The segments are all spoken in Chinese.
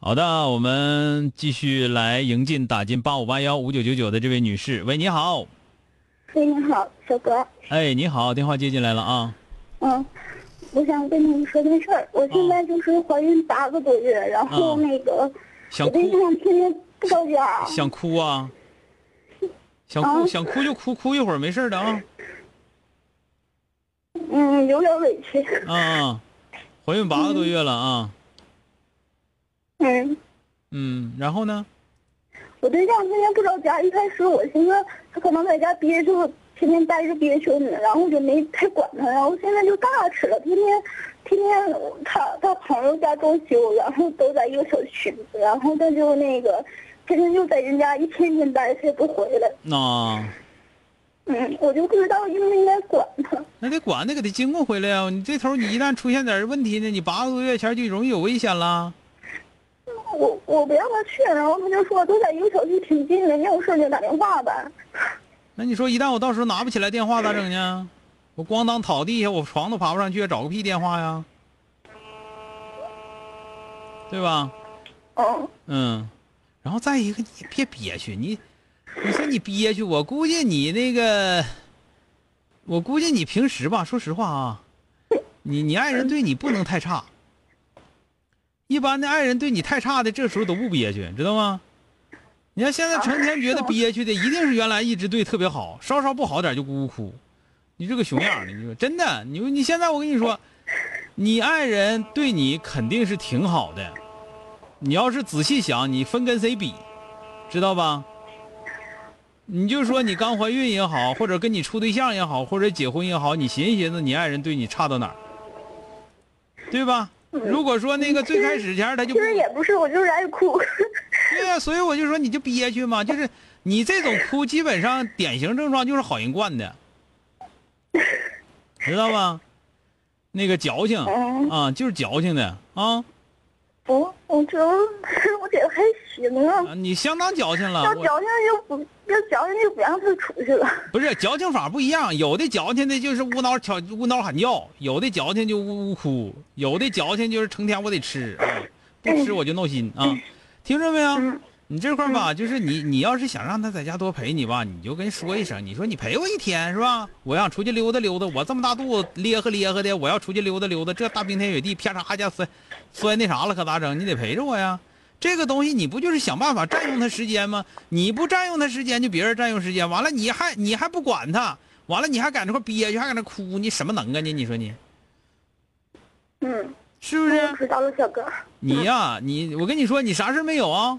好的，我们继续来迎进打进八五八幺五九九九的这位女士。喂，你好，喂，你好，小哥。哎，你好，电话接进来了啊。嗯，我想跟你说件事儿。我现啊在就是怀孕八个多月，然后嗯那个、想我对哭象天天不到家，想哭啊，想哭啊想哭就哭，哭一会儿没事儿的啊。嗯，有点委屈。 啊，怀孕八个多月了啊，嗯，嗯，然后呢？我对象天天不着家，一开始我寻思他可能在家憋屈，天天待着憋屈呢，然后我就没太管他，然后现在就大吃了，天天天天他他朋友家装修，然后都在一个小区，然后他就那个天天就在人家一天天待，他也不回来。那、嗯，我就不知道应不应该管他。那得管，那给他经过回来啊。你这头你一旦出现点儿问题呢，你八个多月前就容易有危险了。我我不让他去，然后他就说都在一个小区挺近的，你有事就打电话呗。那你说一旦我到时候拿不起来电话咋整呢？我咣当倒地下，我床都爬不上去，找个屁电话呀？对吧？嗯，嗯，然后再一个，你别憋屈，你，你说你憋屈，我估计你那个，我估计你平时吧，说实话啊，你你爱人对你不能太差。一般的爱人对你太差的，这时候都不憋屈，知道吗？你看现在成天啊觉得憋屈的，一定是原来一直对特别好，稍稍不好点就咕咕哭。你这个熊样儿的，你说真的，你说你现在我跟你说，你爱人对你肯定是挺好的，你要是仔细想，你分跟谁比，知道吧？你就说你刚怀孕也好，或者跟你处对象也好，或者结婚也好，你寻思寻思，你爱人对你差到哪儿，对吧？如果说那个最开始前儿他就其不实也不是，我就是爱哭。 对呀、所以我就说你就憋屈嘛，就是你这种哭，基本上典型症状就是好人惯的，知道吧？那个矫情嗯啊，就是矫情的啊，我我觉得 我姐还行啊，啊你相当矫情了。要啊我矫情就不要矫情就不让她出去了。不是矫情法不一样，有的矫情的就是呜嗷巧呜嗷喊叫，有的矫情就呜呜哭，有的矫情就是成天我得吃啊，不吃我就闹心啊，听着没有嗯？你这块儿吧，就是你你要是想让他在家多陪你吧，你就跟人说一声，你说你陪我一天是吧？我想出去溜达溜达，我这么大肚子咧呵咧呵的，我要出去溜达溜达，这大冰天雪地，啪嚓一下摔摔那啥了，可咋整？你得陪着我呀。这个东西你不就是想办法占用他时间吗？你不占用他时间，就别人占用时间，完了你还你还不管他，完了你还在那块憋屈，还搁那哭，你什么能啊你？你说你嗯，是不我是？知道了，小哥。你呀、你我跟你说，你啥事没有啊？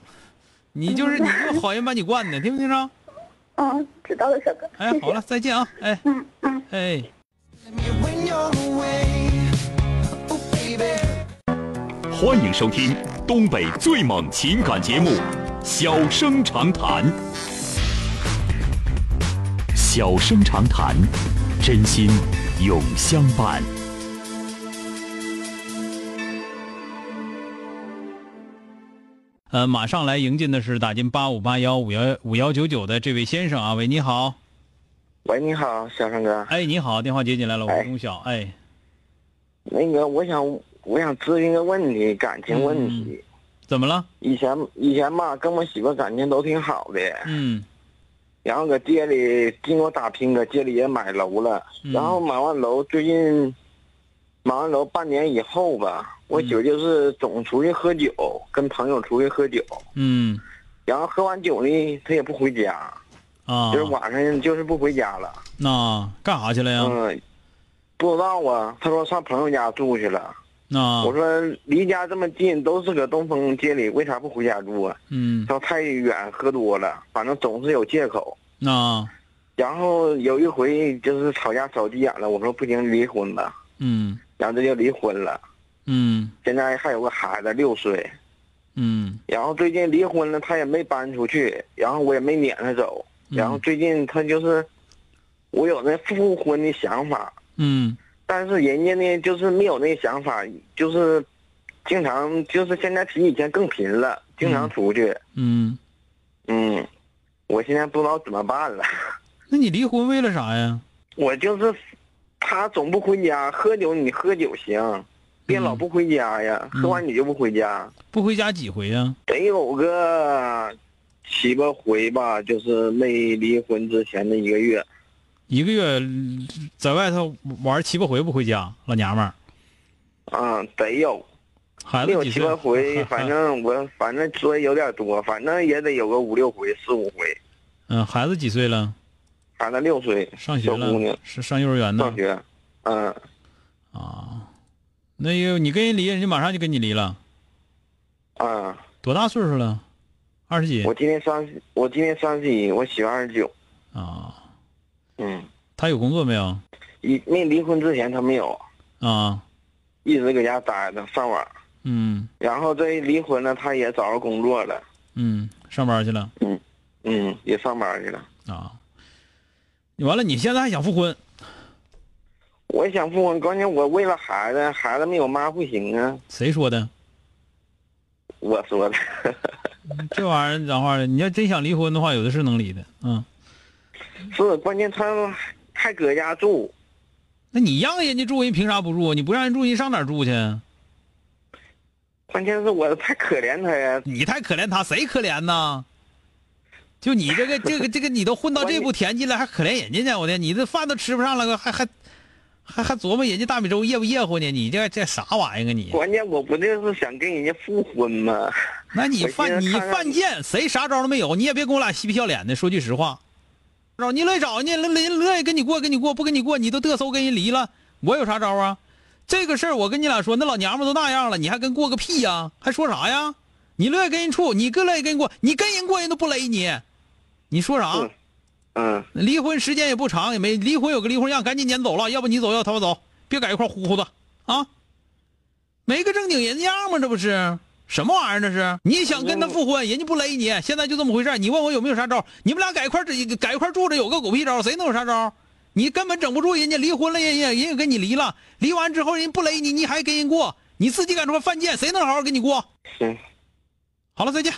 你就是你就好人把你惯的，听没听着？嗯，知道了，小哥。哎，好了，再见啊！哎嗯嗯，哎， When you're away, oh baby. 欢迎收听东北最猛情感节目《小生长谈》。小生长谈，真心永相伴。呃，马上来迎进的是打进八五八幺五幺五幺九九的这位先生啊，喂，你好，喂，你好，小生哥。哎，你好，电话接进来了，我是哎钟晓，哎，那个，我想我想咨询个问题，感情问题。嗯怎么了？以前以前吧，跟我媳妇感情都挺好的，嗯然后搁街里经过打拼，搁街里也买楼了。嗯然后买完楼，最近忙完楼半年以后吧，我酒就是总出去喝酒，跟朋友出去喝酒，嗯然后喝完酒呢，他也不回家，啊就是，晚上就是不回家了。那干啥去了呀？嗯，不知道啊，他说上朋友家住去了。那我说离家这么近，都是搁东风街里，为啥不回家住啊？嗯他说太远，喝多了，反正总是有借口。那然后有一回就是吵架吵急眼了，我说不行，离婚吧，嗯然后这就离婚了。嗯现在还有个孩子六岁，嗯然后最近离婚了，他也没搬出去，然后我也没撵他走，嗯然后最近他就是，我有那复婚的想法，嗯但是人家呢就是没有那想法，就是经常就是现在比以前更贫了，经常出去，嗯，嗯，我现在不知道怎么办了， 那你离婚为了啥呀？我就是，他总不回家，喝酒你喝酒行，别老不回家呀，嗯喝完你就不回家。不回家几回呀？得有个七八回吧，就是没离婚之前的一个月。一个月嗯在外头玩七八回不回家，老娘们儿，啊，得有，孩没子有几七岁八？ 回，反正我反正说有点多，反正也得有个五六回、四五回。嗯，孩子几岁了？反正六岁，上学小姑了娘？是上幼儿园呢上？学，嗯，啊，那又你跟人离，人家马上就跟你离了，啊，多大岁数了？二十几我今年三十，我今年三十一，我媳妇二十九，啊？嗯，他有工作没有？一没离婚之前她没有，啊，一直搁家待着上网，嗯然后这一离婚了，她也找着工作了，嗯，上班去了嗯，也上班去了。啊。你完了，你现在还想复婚？我也想复婚，关键我为了孩子，孩子没有妈不行啊。谁说的？我说的， 这玩意儿讲话的，你要真想离婚的话，有的是能离的。嗯，是关键他还搁家住，那你让人家住，人凭啥不住？你不让人住，人上哪儿住去？关键是我太可怜他呀。你太可怜他，谁可怜呐？就你这个这个这个，你都混到这步田地了，还可怜人家呢？我的，你这饭都吃不上了，还还还还琢磨人家大米粥噎不噎乎呢？你这这啥玩意儿啊你？关键我不就是想跟人家复婚吗？那你我寻犯思你看看犯贱，谁啥招都没有，你也别跟我俩嬉皮笑脸的。说句实话，找你乐意找人家，人人乐意跟你过，跟你过不跟你过，你都嘚瑟跟人离了，我有啥招啊？这个事儿我跟你俩说，那老娘们都那样了，你还跟过个屁呀、还说啥呀？你乐意跟人处，你更乐意跟人过，你跟人过人都不勒你，你说啥？嗯嗯，离婚时间也不长，也没离婚有个离婚样，赶紧撵走了，要不你走，要他走，别搁一块儿呼呼的啊！没个正经人样吗？这不是什么玩意儿？这是你想跟他复婚，人家不勒你，现在就这么回事儿你问我有没有啥招儿？你们俩搁一块儿这搁一块儿住着，有个狗屁招儿？谁能有啥招儿？你根本整不住人家，离婚了人家人家跟你离了，离完之后人家不勒你，你还跟人过，你自己搁这块犯贱，谁能好好跟你过？行。好了，再见。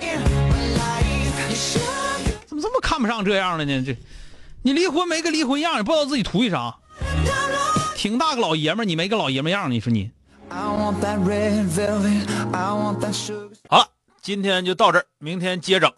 In my life, you should 怎么这么看不上这样的呢？这，你离婚没个离婚样，也不知道自己图一啥。挺大个老爷们儿，你没个老爷们儿样儿，你说你。 I want that red velvet. I want that sugar. 好了，今天就到这儿，明天接整。